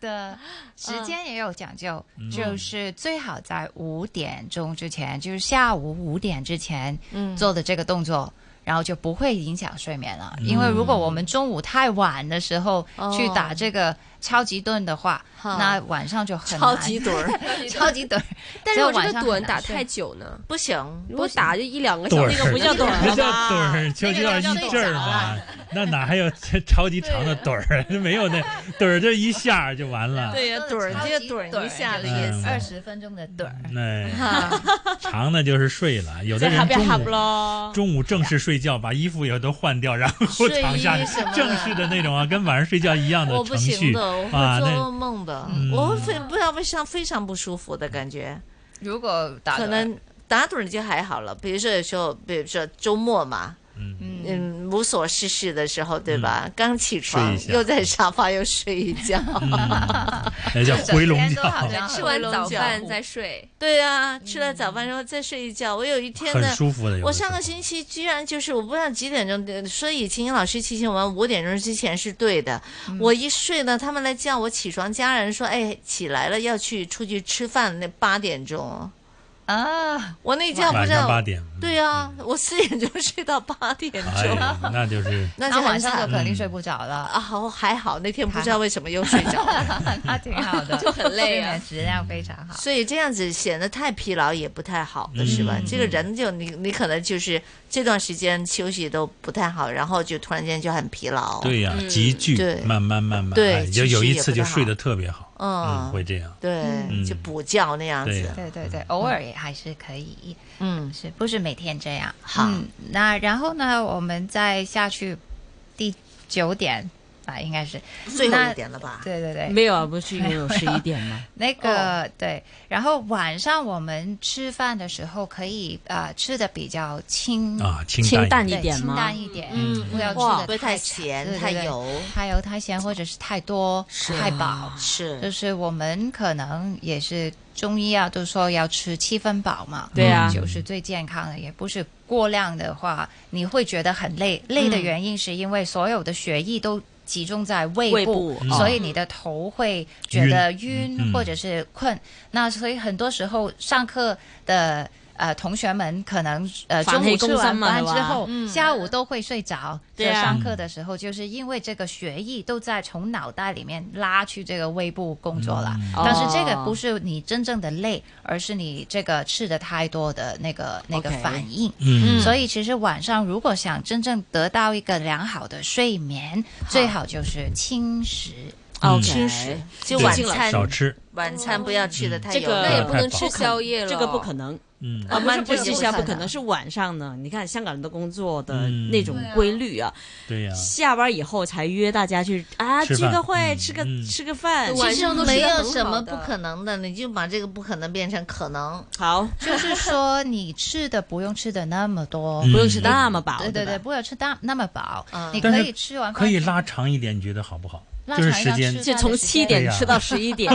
[SPEAKER 4] 的时间也有讲究，就是最好在五点钟之前，就是下午五点之前
[SPEAKER 1] 嗯，
[SPEAKER 4] 做的这个动作。然后就不会影响睡眠了，因为如果我们中午太晚的时候
[SPEAKER 1] 哦
[SPEAKER 4] 去打这个超级盾的话，
[SPEAKER 1] 好
[SPEAKER 4] 那晚上就很
[SPEAKER 1] 超
[SPEAKER 4] 难
[SPEAKER 1] 级盹儿
[SPEAKER 4] 超级 盹儿。
[SPEAKER 6] 但是我
[SPEAKER 4] 所
[SPEAKER 6] 这
[SPEAKER 4] 以晚
[SPEAKER 6] 个
[SPEAKER 4] 上
[SPEAKER 6] 盹
[SPEAKER 4] 很难
[SPEAKER 6] 打
[SPEAKER 4] 睡
[SPEAKER 6] 太久呢，
[SPEAKER 1] 不行，
[SPEAKER 6] 如果打就一两个
[SPEAKER 3] 盹
[SPEAKER 6] 小
[SPEAKER 3] 儿
[SPEAKER 6] 时，那个不叫盹儿。
[SPEAKER 3] 那叫盹儿，就
[SPEAKER 4] 那个
[SPEAKER 3] 叫
[SPEAKER 4] 叫
[SPEAKER 3] 一
[SPEAKER 4] 睡
[SPEAKER 3] 阵儿
[SPEAKER 4] 着
[SPEAKER 3] 嘛
[SPEAKER 4] 了，
[SPEAKER 3] 那哪还有这超级长的盹儿？啊 没有那盹儿，这一下就完了。
[SPEAKER 5] 对呀，盹儿
[SPEAKER 1] 超级
[SPEAKER 4] 这
[SPEAKER 1] 盹儿一下的
[SPEAKER 3] 意思
[SPEAKER 4] 二十分钟的盹儿。
[SPEAKER 3] 那
[SPEAKER 1] 哈，
[SPEAKER 3] 长的就是睡了，有的
[SPEAKER 5] 在哈
[SPEAKER 3] 人
[SPEAKER 5] 边哈
[SPEAKER 3] 中
[SPEAKER 5] 不
[SPEAKER 3] 午
[SPEAKER 5] 咯？
[SPEAKER 3] 中午正式睡觉，把衣服也都换掉，然后
[SPEAKER 1] 睡衣
[SPEAKER 3] 躺下
[SPEAKER 1] 什么的
[SPEAKER 3] 正式的那种啊，跟晚上睡觉一样的
[SPEAKER 1] 我不
[SPEAKER 3] 程
[SPEAKER 1] 行
[SPEAKER 3] 序
[SPEAKER 1] 的，我
[SPEAKER 3] 啊
[SPEAKER 1] 会做噩
[SPEAKER 3] 那
[SPEAKER 1] 梦的，
[SPEAKER 3] 嗯
[SPEAKER 1] 我会非不知道为啥非常不舒服的感觉。
[SPEAKER 4] 如果打
[SPEAKER 1] 可
[SPEAKER 4] 盹儿
[SPEAKER 1] 能打盹儿就还好了，比如说有时候，比如说周末嘛，
[SPEAKER 3] 嗯，
[SPEAKER 1] 嗯，无所事事的时候，对吧？刚起床
[SPEAKER 3] 睡一下嗯
[SPEAKER 1] 又在沙发又睡一 觉，
[SPEAKER 3] 那叫回笼
[SPEAKER 4] 整天
[SPEAKER 3] 觉
[SPEAKER 4] 都。好像
[SPEAKER 6] 吃完早饭再睡，
[SPEAKER 1] 对啊，吃了早饭然后再睡一觉。我有一天
[SPEAKER 3] 很
[SPEAKER 1] 呢。
[SPEAKER 3] 舒服的，有的
[SPEAKER 1] 我
[SPEAKER 3] 时
[SPEAKER 1] 上个
[SPEAKER 3] 候
[SPEAKER 1] 星期居然就是我不知道几点钟，呃所以秦英老师提醒我们五点钟之前是对的。
[SPEAKER 3] 嗯
[SPEAKER 1] 我一睡呢，他们来叫我起床，家人说：“哎，起来了，要去出去吃饭。”那八点钟，
[SPEAKER 4] 啊，
[SPEAKER 1] 我那觉不
[SPEAKER 3] 晚
[SPEAKER 1] 知
[SPEAKER 3] 上
[SPEAKER 1] 道
[SPEAKER 3] 八，点，
[SPEAKER 1] 对啊，我四点钟睡到八点
[SPEAKER 3] 哎
[SPEAKER 1] 钟，
[SPEAKER 3] 呀，那就是
[SPEAKER 1] 那
[SPEAKER 4] 那
[SPEAKER 1] 就
[SPEAKER 4] 晚
[SPEAKER 1] 很
[SPEAKER 4] 上
[SPEAKER 1] 惨
[SPEAKER 4] 就肯定睡不着了。
[SPEAKER 1] 啊，好还好，那天不知道为什么又睡着 了，
[SPEAKER 4] 那挺好的，就很累啊，质量非常好。
[SPEAKER 1] 所以这样子显得太疲劳也不太好的是吧？
[SPEAKER 3] 嗯
[SPEAKER 1] 这个人就你你可能就是这段时间休息都不太好，然后就突然间就很疲劳。，
[SPEAKER 3] 对呀，急剧
[SPEAKER 1] 嗯对，
[SPEAKER 3] 慢慢慢慢，
[SPEAKER 1] 对
[SPEAKER 3] 哎就
[SPEAKER 1] 其
[SPEAKER 3] 有
[SPEAKER 1] 实
[SPEAKER 3] 一
[SPEAKER 1] 也
[SPEAKER 3] 次
[SPEAKER 1] 不
[SPEAKER 3] 就
[SPEAKER 1] 太
[SPEAKER 3] 睡
[SPEAKER 1] 好
[SPEAKER 3] 得特别好，嗯，
[SPEAKER 1] 嗯，
[SPEAKER 3] 会这样，
[SPEAKER 1] 对，
[SPEAKER 3] 嗯
[SPEAKER 1] 就补觉那样
[SPEAKER 3] 对
[SPEAKER 1] 子
[SPEAKER 3] 呀。
[SPEAKER 4] 对对对，偶尔也还是可以，
[SPEAKER 1] 嗯，
[SPEAKER 4] 是不是每天这样？
[SPEAKER 1] 好
[SPEAKER 4] 嗯，那然后呢，我们再下去第九点啊，应该是
[SPEAKER 1] 最后一点了吧？
[SPEAKER 4] 对对对，
[SPEAKER 5] 没有啊，不是也有十一点吗？
[SPEAKER 4] 那个、对，然后晚上我们吃饭的时候可以呃吃的比较轻
[SPEAKER 3] 啊，
[SPEAKER 5] 清
[SPEAKER 3] 淡
[SPEAKER 5] 淡
[SPEAKER 4] 对
[SPEAKER 5] 一点
[SPEAKER 4] 嗯清
[SPEAKER 5] 吗
[SPEAKER 4] 淡一点，
[SPEAKER 3] 嗯
[SPEAKER 4] 不要吃
[SPEAKER 1] 哇，
[SPEAKER 4] 的
[SPEAKER 1] 不会太
[SPEAKER 4] 长
[SPEAKER 1] 咸
[SPEAKER 4] 对
[SPEAKER 1] 太
[SPEAKER 4] 对对
[SPEAKER 1] 油，啊
[SPEAKER 4] 太油太咸，或者是太多太饱。就是是我们可能也是中医啊，都说要吃七分饱嘛，
[SPEAKER 5] 对啊
[SPEAKER 3] 嗯
[SPEAKER 4] 就是最健康的，也不是过量的话，你会觉得很累。累的原因是因为所有的血液都集中在胃部，
[SPEAKER 5] 胃部哦
[SPEAKER 3] 嗯
[SPEAKER 4] 所以你的头会觉得晕
[SPEAKER 3] 嗯
[SPEAKER 4] 或者是困。那所以很多时候上课的。呃，同学们可能呃
[SPEAKER 5] 反
[SPEAKER 4] 中午
[SPEAKER 5] 黑
[SPEAKER 4] 吃
[SPEAKER 5] 攻
[SPEAKER 4] 完
[SPEAKER 5] 心嘛
[SPEAKER 4] 饭
[SPEAKER 5] 对吧
[SPEAKER 4] 之后，
[SPEAKER 3] 嗯
[SPEAKER 4] 下午都会睡着。
[SPEAKER 5] 对
[SPEAKER 4] 所
[SPEAKER 5] 啊
[SPEAKER 4] 以上课的时候，就是因为这个血液都在从脑袋里面拉去这个胃部工作了。
[SPEAKER 3] 嗯
[SPEAKER 4] 但是这
[SPEAKER 5] 哦
[SPEAKER 4] 个不是你真正的累，而是你这个吃的太多的那个那个
[SPEAKER 5] OK
[SPEAKER 4] 反应。
[SPEAKER 3] 嗯，
[SPEAKER 4] 所以其实晚上如果想真正得到一个良好的睡眠，最好就是轻食。
[SPEAKER 5] 哦，
[SPEAKER 1] 轻食，就晚
[SPEAKER 5] 对
[SPEAKER 1] 餐
[SPEAKER 3] 少吃，
[SPEAKER 1] 晚餐不要吃的太
[SPEAKER 5] 这
[SPEAKER 1] 油
[SPEAKER 5] 个
[SPEAKER 1] 了。
[SPEAKER 6] 那也
[SPEAKER 3] 不
[SPEAKER 6] 不
[SPEAKER 3] 太
[SPEAKER 6] 能
[SPEAKER 3] 饱
[SPEAKER 6] 吃宵夜了。
[SPEAKER 5] 这个不可能，
[SPEAKER 3] 嗯
[SPEAKER 5] 啊，不是不
[SPEAKER 1] 这个
[SPEAKER 5] 吃
[SPEAKER 1] 不
[SPEAKER 5] 宵
[SPEAKER 1] 可
[SPEAKER 5] 不可
[SPEAKER 1] 能
[SPEAKER 5] 能是晚上呢。你看香港人的工作的
[SPEAKER 3] 嗯
[SPEAKER 5] 那种规律啊，
[SPEAKER 3] 对呀，
[SPEAKER 5] 下班以后才约大家去啊
[SPEAKER 3] 吃
[SPEAKER 5] 聚
[SPEAKER 3] 饭
[SPEAKER 5] 个会，
[SPEAKER 3] 嗯
[SPEAKER 5] 吃个
[SPEAKER 3] 嗯
[SPEAKER 5] 吃个饭。
[SPEAKER 6] 晚
[SPEAKER 1] 其实
[SPEAKER 6] 上都
[SPEAKER 1] 没
[SPEAKER 6] 吃得
[SPEAKER 1] 有
[SPEAKER 6] 很
[SPEAKER 1] 什
[SPEAKER 6] 好
[SPEAKER 1] 么
[SPEAKER 6] 的
[SPEAKER 1] 不可能的，你就把这个不可能变成可能。
[SPEAKER 5] 好，
[SPEAKER 4] 就是说你吃的不用吃的那么多，
[SPEAKER 3] 嗯
[SPEAKER 5] 不用吃那么饱，
[SPEAKER 4] 对对
[SPEAKER 5] 对
[SPEAKER 4] 对，
[SPEAKER 5] 吧，
[SPEAKER 4] 不要吃那那么饱，
[SPEAKER 1] 嗯
[SPEAKER 4] 你
[SPEAKER 3] 但
[SPEAKER 4] 可
[SPEAKER 3] 是
[SPEAKER 4] 以吃完饭
[SPEAKER 3] 可以拉长一点，你觉得好不好？
[SPEAKER 4] 拉
[SPEAKER 3] 就是
[SPEAKER 4] 长一
[SPEAKER 3] 时
[SPEAKER 4] 下
[SPEAKER 3] 间
[SPEAKER 4] 吃
[SPEAKER 5] 就
[SPEAKER 4] 饭的
[SPEAKER 5] 从
[SPEAKER 4] 时间
[SPEAKER 5] 七点
[SPEAKER 3] 对呀
[SPEAKER 5] 吃到十一点，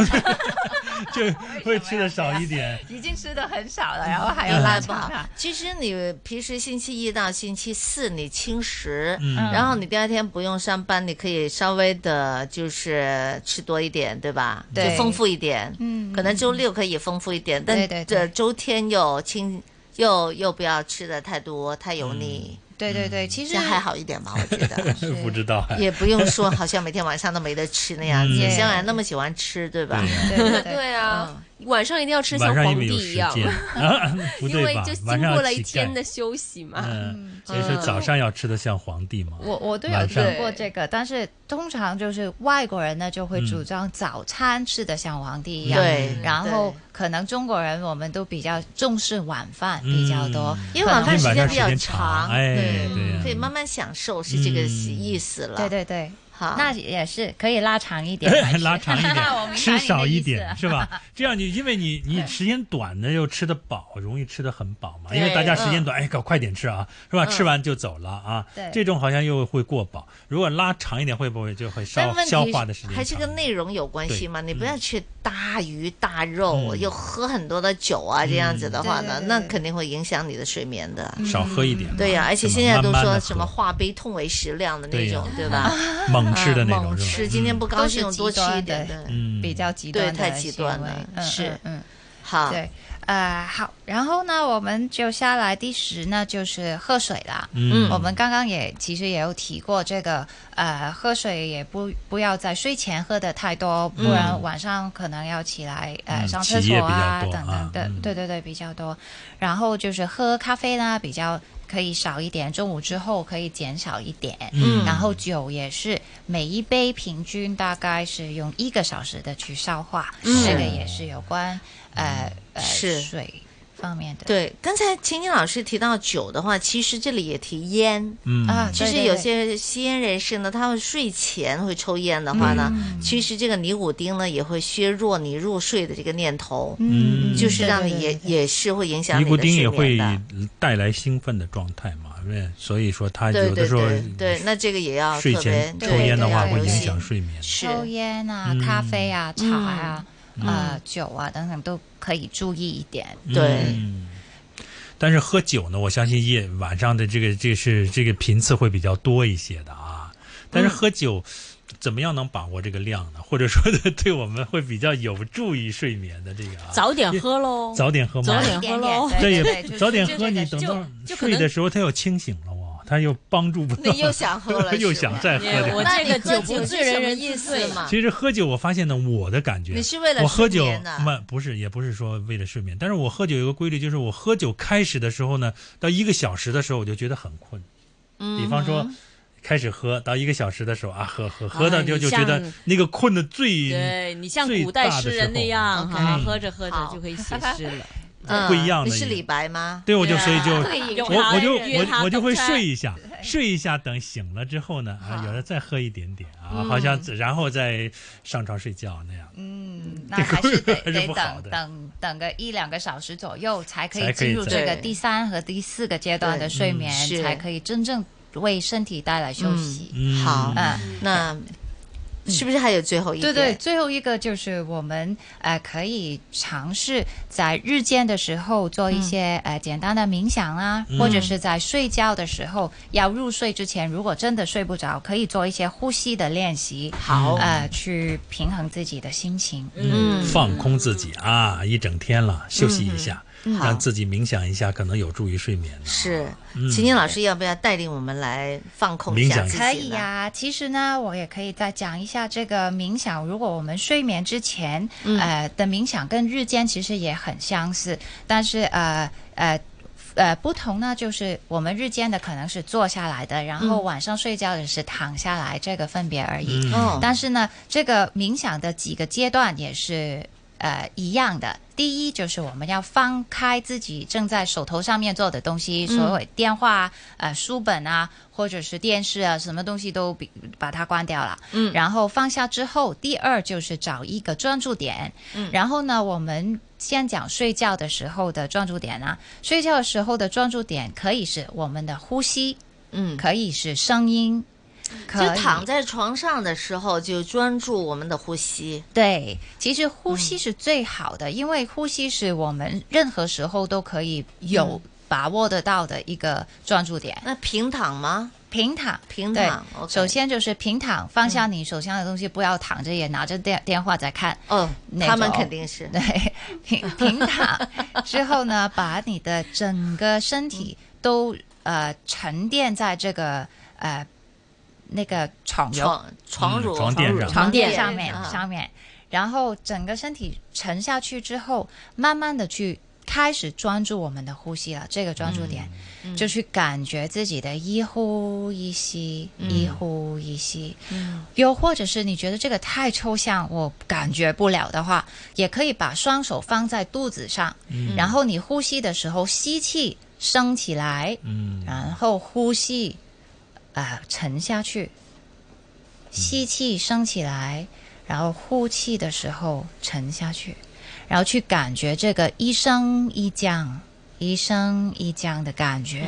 [SPEAKER 3] 就会吃的少一 点。
[SPEAKER 4] 已经吃的很少了，然后还要
[SPEAKER 1] 明
[SPEAKER 4] 拉
[SPEAKER 1] 白不
[SPEAKER 4] 长
[SPEAKER 1] 好
[SPEAKER 4] 它。。
[SPEAKER 1] 其实你平时星期一到星期四你轻食，
[SPEAKER 3] 嗯。
[SPEAKER 1] 然后你第二天不用上班，你可以稍微的，就是吃多一点，对吧？
[SPEAKER 4] 对
[SPEAKER 1] 就丰富一点。
[SPEAKER 4] 嗯
[SPEAKER 1] 可能周六可以丰富一点，但
[SPEAKER 4] 对对对
[SPEAKER 1] 这周天又轻，又又不要吃的太多，太油腻，
[SPEAKER 4] 对对对，其实
[SPEAKER 1] 这还好一点吧，我觉得
[SPEAKER 3] 不知道哎，
[SPEAKER 1] 也不用说，好像每天晚上都没得吃那样子。
[SPEAKER 3] 嗯
[SPEAKER 1] 香兰那么喜欢吃，对吧？
[SPEAKER 3] 对呀
[SPEAKER 4] 对对对。
[SPEAKER 6] 对啊，晚上一定要吃像
[SPEAKER 3] 晚上
[SPEAKER 6] 皇
[SPEAKER 3] 因为有
[SPEAKER 6] 帝
[SPEAKER 3] 时
[SPEAKER 6] 一样，
[SPEAKER 3] 间 啊，不
[SPEAKER 6] 因为
[SPEAKER 3] 对吧
[SPEAKER 6] 就？经
[SPEAKER 3] 晚上要
[SPEAKER 6] 过了一
[SPEAKER 3] 乞
[SPEAKER 6] 天
[SPEAKER 3] 丐
[SPEAKER 6] 的啊休息嘛。
[SPEAKER 3] 嗯，所以说早上要吃的像皇帝嘛。
[SPEAKER 4] 我我都有
[SPEAKER 3] 晚
[SPEAKER 4] 听
[SPEAKER 3] 上
[SPEAKER 4] 过这个，但是通常就是外国人呢就会
[SPEAKER 3] 嗯
[SPEAKER 4] 主张早餐吃的像皇帝一样，
[SPEAKER 1] 对
[SPEAKER 4] 然后
[SPEAKER 1] 对
[SPEAKER 4] 可能中国人我们都比较重视晚饭比较多，
[SPEAKER 3] 嗯
[SPEAKER 1] 因为晚
[SPEAKER 4] 可能
[SPEAKER 1] 饭
[SPEAKER 3] 因为
[SPEAKER 1] 时
[SPEAKER 3] 晚上
[SPEAKER 1] 间比
[SPEAKER 3] 时
[SPEAKER 1] 较嗯
[SPEAKER 3] 间长哎对呀嗯
[SPEAKER 1] 可以慢慢享受，是这个意思了。
[SPEAKER 4] 对，对对，
[SPEAKER 1] 好，
[SPEAKER 4] 那也是可以拉长一点 来吃，
[SPEAKER 3] 拉长一
[SPEAKER 4] 我
[SPEAKER 3] 点，
[SPEAKER 4] 明白
[SPEAKER 3] 吃
[SPEAKER 4] 你的
[SPEAKER 3] 少
[SPEAKER 4] 意
[SPEAKER 3] 一
[SPEAKER 4] 思
[SPEAKER 3] 点是吧？这样你因为你你时间短的又吃得饱，容易吃得很饱嘛。因为
[SPEAKER 1] 对嗯
[SPEAKER 3] 大家时间短，哎，搞快点吃啊，是吧？吃完就走了啊
[SPEAKER 4] 对。
[SPEAKER 3] 这种好像又会过饱。如果拉长一点，会不会就会
[SPEAKER 1] 但
[SPEAKER 3] 消
[SPEAKER 1] 问题
[SPEAKER 3] 消化的时间
[SPEAKER 1] 还是
[SPEAKER 3] 长
[SPEAKER 1] 跟内容有关系嘛？
[SPEAKER 3] 对
[SPEAKER 1] 你不要去大鱼大肉，
[SPEAKER 3] 嗯
[SPEAKER 1] 又喝很多的酒啊，这样子的话呢，
[SPEAKER 4] 嗯对对对嗯
[SPEAKER 1] 那肯定会影响你的睡眠的。
[SPEAKER 3] 少喝一点嘛？
[SPEAKER 1] 对呀、而且
[SPEAKER 3] 是吧
[SPEAKER 1] 现在都
[SPEAKER 3] 嗯慢慢地
[SPEAKER 1] 说
[SPEAKER 3] 喝
[SPEAKER 1] 什么化悲痛为食量的那种，
[SPEAKER 3] 对
[SPEAKER 1] 对
[SPEAKER 3] 呀
[SPEAKER 1] 吧？
[SPEAKER 4] 嗯
[SPEAKER 3] 猛吃的那
[SPEAKER 1] 啊
[SPEAKER 3] 种
[SPEAKER 1] 猛
[SPEAKER 3] 是
[SPEAKER 1] 吃，
[SPEAKER 3] 吧？
[SPEAKER 1] 今天不高兴
[SPEAKER 4] 都是
[SPEAKER 1] 多
[SPEAKER 4] 极
[SPEAKER 1] 吃
[SPEAKER 4] 端
[SPEAKER 1] 一点
[SPEAKER 4] 的
[SPEAKER 1] 对，
[SPEAKER 3] 嗯
[SPEAKER 4] 比较极
[SPEAKER 1] 对
[SPEAKER 4] 端的
[SPEAKER 1] 太极端
[SPEAKER 4] 行为
[SPEAKER 1] 了
[SPEAKER 4] 嗯
[SPEAKER 1] 是啊
[SPEAKER 4] 嗯嗯。
[SPEAKER 1] 好，
[SPEAKER 4] 对，呃，好，然后呢，我们就下来第十呢，就是喝水啦。
[SPEAKER 3] 嗯
[SPEAKER 4] 我们刚刚也其实也有提过这个，呃，喝水也不不要在睡前喝的太多，不然晚上可能要起来、呃
[SPEAKER 3] 嗯
[SPEAKER 4] 上
[SPEAKER 3] 起
[SPEAKER 4] 厕所
[SPEAKER 3] 夜比较
[SPEAKER 4] 啊
[SPEAKER 3] 多
[SPEAKER 4] 等
[SPEAKER 3] 啊
[SPEAKER 4] 等的，
[SPEAKER 3] 嗯
[SPEAKER 4] 对对对比较多。然后就是喝咖啡呢比较可以少一点，中午之后可以减少一点。
[SPEAKER 3] 嗯
[SPEAKER 4] 然后酒也是每一杯平均大概是用一个小时的去消化，
[SPEAKER 1] 嗯
[SPEAKER 4] 这个也是有关
[SPEAKER 3] 嗯
[SPEAKER 4] 呃呃
[SPEAKER 1] 是
[SPEAKER 4] 水方面的。
[SPEAKER 1] 对，刚才秦英老师提到酒的话，其实这里也提烟。
[SPEAKER 3] 嗯
[SPEAKER 4] 啊，
[SPEAKER 1] 其
[SPEAKER 4] 对
[SPEAKER 1] 实
[SPEAKER 4] 对
[SPEAKER 1] 有
[SPEAKER 4] 对
[SPEAKER 1] 些吸烟人士呢，他们睡前会抽烟的话
[SPEAKER 3] 嗯
[SPEAKER 1] 呢，
[SPEAKER 4] 嗯
[SPEAKER 1] 其实这个尼古丁呢也会削弱你入睡的这个念头，
[SPEAKER 3] 嗯
[SPEAKER 1] 就是让你
[SPEAKER 4] 对对
[SPEAKER 1] 也
[SPEAKER 4] 对对
[SPEAKER 1] 也是会影响
[SPEAKER 3] 尼
[SPEAKER 1] 你
[SPEAKER 3] 古
[SPEAKER 1] 的
[SPEAKER 3] 丁
[SPEAKER 1] 睡
[SPEAKER 3] 也
[SPEAKER 1] 眠
[SPEAKER 3] 会啊
[SPEAKER 1] 的。
[SPEAKER 3] 带来兴奋的状态嘛，因为所以说他
[SPEAKER 1] 对
[SPEAKER 3] 有的
[SPEAKER 1] 对
[SPEAKER 3] 时候
[SPEAKER 1] 对对，那这个也要
[SPEAKER 3] 睡
[SPEAKER 1] 特别
[SPEAKER 3] 前抽
[SPEAKER 1] 对
[SPEAKER 3] 烟的
[SPEAKER 1] 对
[SPEAKER 3] 话
[SPEAKER 1] 要
[SPEAKER 3] 会
[SPEAKER 1] 留
[SPEAKER 3] 影
[SPEAKER 1] 心
[SPEAKER 3] 响睡眠。
[SPEAKER 1] 是
[SPEAKER 4] 抽烟啊
[SPEAKER 3] 嗯、
[SPEAKER 4] 咖啡啊、茶啊、
[SPEAKER 3] 嗯
[SPEAKER 4] 呃酒啊等等都可以注意一点。
[SPEAKER 1] 对
[SPEAKER 3] 嗯但是喝酒呢，我相信夜晚上的这个这是这个频次会比较多一些的啊。但是喝酒、怎么样能把握这个量呢？或者说的对我们会比较有助于睡眠的这个啊？
[SPEAKER 5] 早点喝喽，
[SPEAKER 3] 早点喝吗
[SPEAKER 5] 早？点喝喽。
[SPEAKER 3] 这
[SPEAKER 4] 对对
[SPEAKER 3] 也
[SPEAKER 4] 对，
[SPEAKER 3] 早点
[SPEAKER 4] 就是
[SPEAKER 3] 喝，
[SPEAKER 4] 这
[SPEAKER 3] 你
[SPEAKER 4] 个
[SPEAKER 3] 等
[SPEAKER 5] 就
[SPEAKER 3] 到
[SPEAKER 5] 就可
[SPEAKER 3] 睡的
[SPEAKER 5] 能
[SPEAKER 3] 时候他又清醒了哦，他又帮助不到
[SPEAKER 1] 你，又想喝 了，
[SPEAKER 3] 又
[SPEAKER 1] 是吗
[SPEAKER 3] 想再喝
[SPEAKER 5] 耶
[SPEAKER 3] 点。
[SPEAKER 5] 我
[SPEAKER 1] 那
[SPEAKER 5] 这
[SPEAKER 1] 你
[SPEAKER 5] 个
[SPEAKER 1] 喝
[SPEAKER 5] 酒不
[SPEAKER 1] 酒
[SPEAKER 5] 醉
[SPEAKER 1] 是
[SPEAKER 5] 人
[SPEAKER 1] 什么
[SPEAKER 5] 人
[SPEAKER 1] 意
[SPEAKER 5] 自
[SPEAKER 1] 思
[SPEAKER 5] 醉
[SPEAKER 1] 嘛？
[SPEAKER 3] 其实喝酒，我发现呢，我的感觉啊
[SPEAKER 1] 你是为了
[SPEAKER 3] 我喝
[SPEAKER 1] 睡
[SPEAKER 3] 酒
[SPEAKER 1] 眠的，
[SPEAKER 3] 不不是，也不是说为了睡眠，但是我喝酒有个规律，就是我喝酒开始的时候呢，到一个小时的时候我就觉得很困，比方说。
[SPEAKER 1] 嗯
[SPEAKER 3] 开始喝到一个小时的时候啊，喝喝喝到
[SPEAKER 5] 哎
[SPEAKER 3] 就
[SPEAKER 5] 你
[SPEAKER 3] 就觉得
[SPEAKER 5] 像
[SPEAKER 3] 那个困的最
[SPEAKER 5] 对你像
[SPEAKER 3] 最
[SPEAKER 5] 古代
[SPEAKER 3] 大的
[SPEAKER 5] 诗
[SPEAKER 3] 时
[SPEAKER 5] 人那
[SPEAKER 3] 候嗯
[SPEAKER 5] 样
[SPEAKER 1] ，OK
[SPEAKER 5] 哈，喝着喝着
[SPEAKER 1] 好
[SPEAKER 5] 就可以写诗了。
[SPEAKER 1] 嗯
[SPEAKER 3] 不一样的
[SPEAKER 1] 你是
[SPEAKER 3] 一个
[SPEAKER 1] 李白吗？
[SPEAKER 3] 对，我就
[SPEAKER 5] 对啊
[SPEAKER 3] 所以就
[SPEAKER 5] 有
[SPEAKER 3] 我
[SPEAKER 5] 他
[SPEAKER 3] 我就
[SPEAKER 5] 约
[SPEAKER 3] 我
[SPEAKER 5] 他
[SPEAKER 3] 我就
[SPEAKER 5] 等
[SPEAKER 3] 会
[SPEAKER 5] 车
[SPEAKER 3] 睡一下，睡一下，等醒了之后呢，啊，有了再喝一点点啊，好像然后再上床睡觉那样。
[SPEAKER 4] 嗯，那
[SPEAKER 3] 这个
[SPEAKER 4] 还是得
[SPEAKER 3] 还是
[SPEAKER 4] 得
[SPEAKER 3] 不好
[SPEAKER 4] 等
[SPEAKER 3] 的
[SPEAKER 4] 等等个一两个小时左右，才可以
[SPEAKER 3] 才可以
[SPEAKER 4] 进入这个
[SPEAKER 1] 对
[SPEAKER 4] 第三和第四个阶段
[SPEAKER 1] 对
[SPEAKER 4] 的睡眠
[SPEAKER 1] 嗯，是
[SPEAKER 4] 才可以真正为身体带来休息。
[SPEAKER 3] 嗯，
[SPEAKER 1] 好
[SPEAKER 4] 嗯，
[SPEAKER 1] 那是不是还有最后一
[SPEAKER 4] 对
[SPEAKER 1] 点？
[SPEAKER 4] 对，最后一个就是我们呃可以尝试在日间的时候做一些、
[SPEAKER 1] 嗯
[SPEAKER 4] 呃简单的冥想啊，
[SPEAKER 3] 嗯
[SPEAKER 4] 或者是在睡觉的时候要入睡之前，如果真的睡不着，可以做一些呼吸的练习，
[SPEAKER 1] 好，
[SPEAKER 4] 呃去平衡自己的心情。
[SPEAKER 3] 嗯，放空自己啊，一整天了，休息一下，
[SPEAKER 4] 嗯
[SPEAKER 1] 好
[SPEAKER 3] 让自己冥想一下，可能有助于睡眠的。
[SPEAKER 1] 是秦静老师要不要带领我们来放空一下
[SPEAKER 3] 嗯冥
[SPEAKER 1] 自己
[SPEAKER 3] 想
[SPEAKER 1] 呢？
[SPEAKER 4] 可以呀、其实呢，我也可以再讲一下这个冥想。如果我们睡眠之前，
[SPEAKER 1] 嗯
[SPEAKER 4] 呃的冥想跟日间其实也很相似，但是呃呃。呃，不同呢，就是我们日间的可能是坐下来的，然
[SPEAKER 1] 嗯
[SPEAKER 4] 后晚上睡觉的是躺下来，这个分别而已。
[SPEAKER 3] 嗯，
[SPEAKER 1] 哦，
[SPEAKER 4] 但是呢，这个冥想的几个阶段也是呃一样的。第一就是我们要放开自己正在手头上面做的东西，
[SPEAKER 1] 嗯
[SPEAKER 4] 所谓电话啊、呃书本啊，或者是电视啊，什么东西都比把它关掉了。嗯，然后放下之后，第二就是找一个专注点。嗯，然后呢，我们先讲睡觉的时候的专注点啊，睡觉的时候的专注点可以是我们的呼吸，
[SPEAKER 1] 嗯
[SPEAKER 4] 可以是声音，
[SPEAKER 1] 就
[SPEAKER 4] 可以
[SPEAKER 1] 躺在床上的时候就专注我们的呼吸。
[SPEAKER 4] 对，其实呼吸
[SPEAKER 1] 嗯
[SPEAKER 4] 是最好的，因为呼吸是我们任何时候都可以有把握得到的一个专注点。
[SPEAKER 1] 嗯那平躺吗？
[SPEAKER 4] 平躺，
[SPEAKER 1] 平
[SPEAKER 4] 对
[SPEAKER 1] 躺，OK 嗯
[SPEAKER 4] 首先就是平躺，放下你手上的东西，不要躺着也拿着电电话在看。
[SPEAKER 1] 哦，
[SPEAKER 4] 那
[SPEAKER 1] 他们
[SPEAKER 4] 种
[SPEAKER 1] 肯定是
[SPEAKER 4] 对，平平躺之后呢，把你的整个身体
[SPEAKER 1] 嗯
[SPEAKER 4] 都呃沉淀在这个呃那个床褥
[SPEAKER 1] 床床褥、
[SPEAKER 3] 嗯床垫上
[SPEAKER 4] 床垫
[SPEAKER 1] 上
[SPEAKER 4] 上面
[SPEAKER 1] 啊
[SPEAKER 4] 上面，然后整个身体沉下去之后，慢慢的去开始专注我们的呼吸了。这个专注点、就去感觉自己的一呼一吸，一呼一吸。又或者是你觉得这个太抽象，我感觉不了的话，也可以把双手放在肚子上，然后你呼吸的时候吸气升起来，
[SPEAKER 3] 嗯，
[SPEAKER 4] 然后呼吸，啊、沉下去，吸气升起来，然后呼气的时候沉下去，然后去感觉这个一升一降、一升一降的感觉。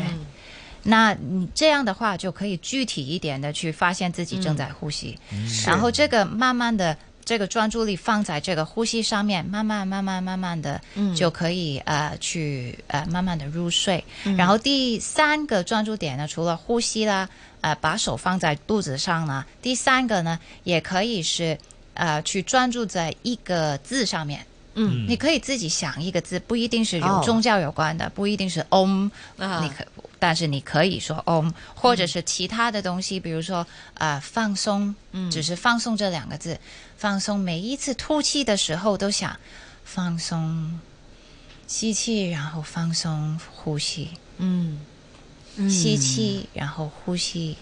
[SPEAKER 4] 那你这样的话，就可以具体一点的去发现自己正在呼吸，然后这个慢慢的。这个专注力放在这个呼吸上面，慢慢、慢慢、慢慢的，就可以呃去呃慢慢的入睡。然后第三个专注点呢，除了呼吸啦，呃，把手放在肚子上呢，第三个呢，也可以是呃去专注在一个字上面。
[SPEAKER 3] 嗯
[SPEAKER 4] 你可以自己想一个字，不一定是有
[SPEAKER 1] 哦
[SPEAKER 4] 宗教有关的，不一定是 om，、
[SPEAKER 1] 啊
[SPEAKER 4] 你可，但是你可以说 om，或者是其他的东西，比如说呃放松，
[SPEAKER 1] 嗯
[SPEAKER 4] 只是放松这两个字，放松。每一次吐气的时候都想放松，吸气，然后放松呼吸，
[SPEAKER 1] 嗯，
[SPEAKER 4] 吸气，然后呼吸，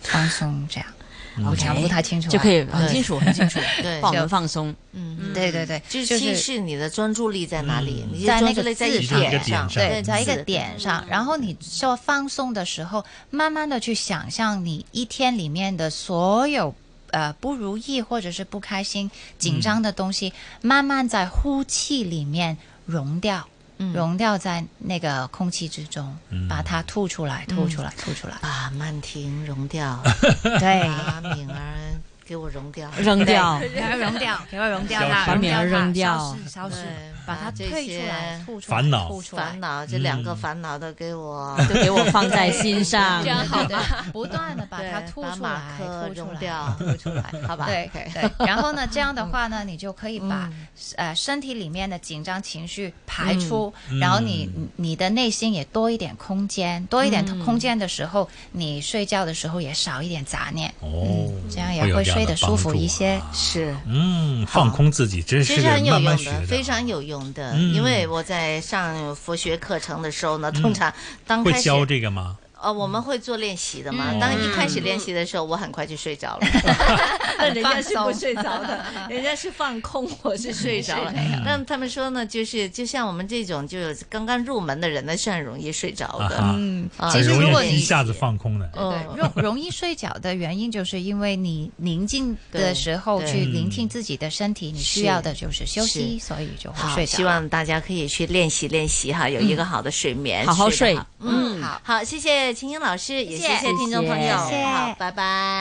[SPEAKER 4] 放松，这样。
[SPEAKER 5] 嗯
[SPEAKER 1] 嗯
[SPEAKER 4] 我讲不太清楚啊、
[SPEAKER 5] 就可以很清楚，很清楚，
[SPEAKER 1] 对
[SPEAKER 5] 帮我们放松。
[SPEAKER 4] 嗯
[SPEAKER 3] 嗯
[SPEAKER 4] 对对对，
[SPEAKER 1] 就
[SPEAKER 4] 就是是
[SPEAKER 1] 是你的专注力在哪里？你
[SPEAKER 4] 在
[SPEAKER 1] 专
[SPEAKER 4] 那
[SPEAKER 1] 注
[SPEAKER 4] 个
[SPEAKER 1] 力在
[SPEAKER 4] 字
[SPEAKER 1] 一
[SPEAKER 4] 上
[SPEAKER 1] 点
[SPEAKER 3] 一个点上
[SPEAKER 4] 对，在一个
[SPEAKER 1] 字
[SPEAKER 4] 点上，然后你做放松的时候，慢慢的去想象你一天里面的所有呃不如意或者是不开心、紧张的东西，慢慢在呼气里面溶掉。溶掉在那个空气之中，把它吐出来，吐出来，吐出来。
[SPEAKER 1] 把啊曼婷融掉，
[SPEAKER 4] 对，
[SPEAKER 1] 把敏儿给我融掉，
[SPEAKER 5] 扔掉，
[SPEAKER 4] 给它溶掉，给它溶掉
[SPEAKER 3] 消
[SPEAKER 4] 它，
[SPEAKER 3] 失
[SPEAKER 5] 把
[SPEAKER 4] 溶
[SPEAKER 5] 免
[SPEAKER 4] 掉它
[SPEAKER 5] 儿
[SPEAKER 4] 消
[SPEAKER 5] 扔掉
[SPEAKER 4] 失，消
[SPEAKER 1] 对
[SPEAKER 4] 失，把它
[SPEAKER 1] 这
[SPEAKER 4] 退出来，
[SPEAKER 1] 些
[SPEAKER 4] 吐出来，
[SPEAKER 3] 烦恼
[SPEAKER 4] 吐出来
[SPEAKER 1] 烦恼，这
[SPEAKER 3] 嗯
[SPEAKER 1] 两个烦恼都给我。
[SPEAKER 5] 就给我放在心上
[SPEAKER 6] 这。样好
[SPEAKER 4] 对
[SPEAKER 6] 吧？，
[SPEAKER 4] 不断的把它
[SPEAKER 1] 对
[SPEAKER 4] 吐
[SPEAKER 1] 把
[SPEAKER 4] 出
[SPEAKER 1] 马
[SPEAKER 4] 来，
[SPEAKER 1] 克
[SPEAKER 4] 吐出
[SPEAKER 1] 扔
[SPEAKER 4] 来，
[SPEAKER 1] 掉
[SPEAKER 4] 吐出来，
[SPEAKER 1] 好吧
[SPEAKER 4] 对
[SPEAKER 1] OK
[SPEAKER 4] 对。然后呢，这样的话呢，你就可以把呃身体里面的紧张情绪排出，
[SPEAKER 3] 嗯
[SPEAKER 4] 然后你你的内心也多一点空间，多一点空间的时候，你睡觉的时候也少一点杂念，
[SPEAKER 3] 哦，
[SPEAKER 4] 嗯这样也
[SPEAKER 3] 会有
[SPEAKER 4] 会
[SPEAKER 3] 这样
[SPEAKER 4] 睡
[SPEAKER 3] 的
[SPEAKER 4] 得舒服
[SPEAKER 3] 帮助
[SPEAKER 4] 一些
[SPEAKER 3] 啊。
[SPEAKER 1] 是，
[SPEAKER 3] 嗯，放空自己，这
[SPEAKER 1] 其
[SPEAKER 3] 是
[SPEAKER 1] 实
[SPEAKER 3] 个
[SPEAKER 1] 很有
[SPEAKER 3] 慢慢
[SPEAKER 1] 用
[SPEAKER 3] 学嗯
[SPEAKER 1] 的，非常有用的。因为我在上佛学课程的时候呢，通常当
[SPEAKER 3] 会
[SPEAKER 1] 开始
[SPEAKER 3] 教这个吗？
[SPEAKER 1] 呃，我们会做练习的嘛。
[SPEAKER 3] 嗯
[SPEAKER 1] 当一开始练习的时候，我很快就睡着了。
[SPEAKER 5] 但人家是不睡着的， 人家是放空，我是
[SPEAKER 1] 睡 着了。但他们说呢，就是就像我们这种就是刚刚入门的人呢，是很容易睡着
[SPEAKER 3] 啊
[SPEAKER 1] 的。
[SPEAKER 3] 哈，
[SPEAKER 4] 嗯
[SPEAKER 1] 啊，
[SPEAKER 4] 其实
[SPEAKER 3] 很
[SPEAKER 4] 如果
[SPEAKER 3] 容易
[SPEAKER 4] 你
[SPEAKER 3] 一下子放空的。
[SPEAKER 1] 嗯
[SPEAKER 4] 对，容容易睡着的原因，就是因为你宁静
[SPEAKER 1] 对
[SPEAKER 4] 的时候
[SPEAKER 1] 对
[SPEAKER 4] 去聆听自己的身体，你需要的就是休息，所以就会
[SPEAKER 1] 好，
[SPEAKER 4] 睡着。
[SPEAKER 1] 希望大家可以去练习练习哈，有一个好的睡眠，
[SPEAKER 5] 好好
[SPEAKER 1] 睡
[SPEAKER 5] 睡
[SPEAKER 1] 得好。
[SPEAKER 4] 嗯，好。
[SPEAKER 1] 好，谢谢秦英老师，也谢
[SPEAKER 4] 谢
[SPEAKER 1] 谢听众朋友，
[SPEAKER 5] 谢
[SPEAKER 4] 谢
[SPEAKER 1] 好，拜拜。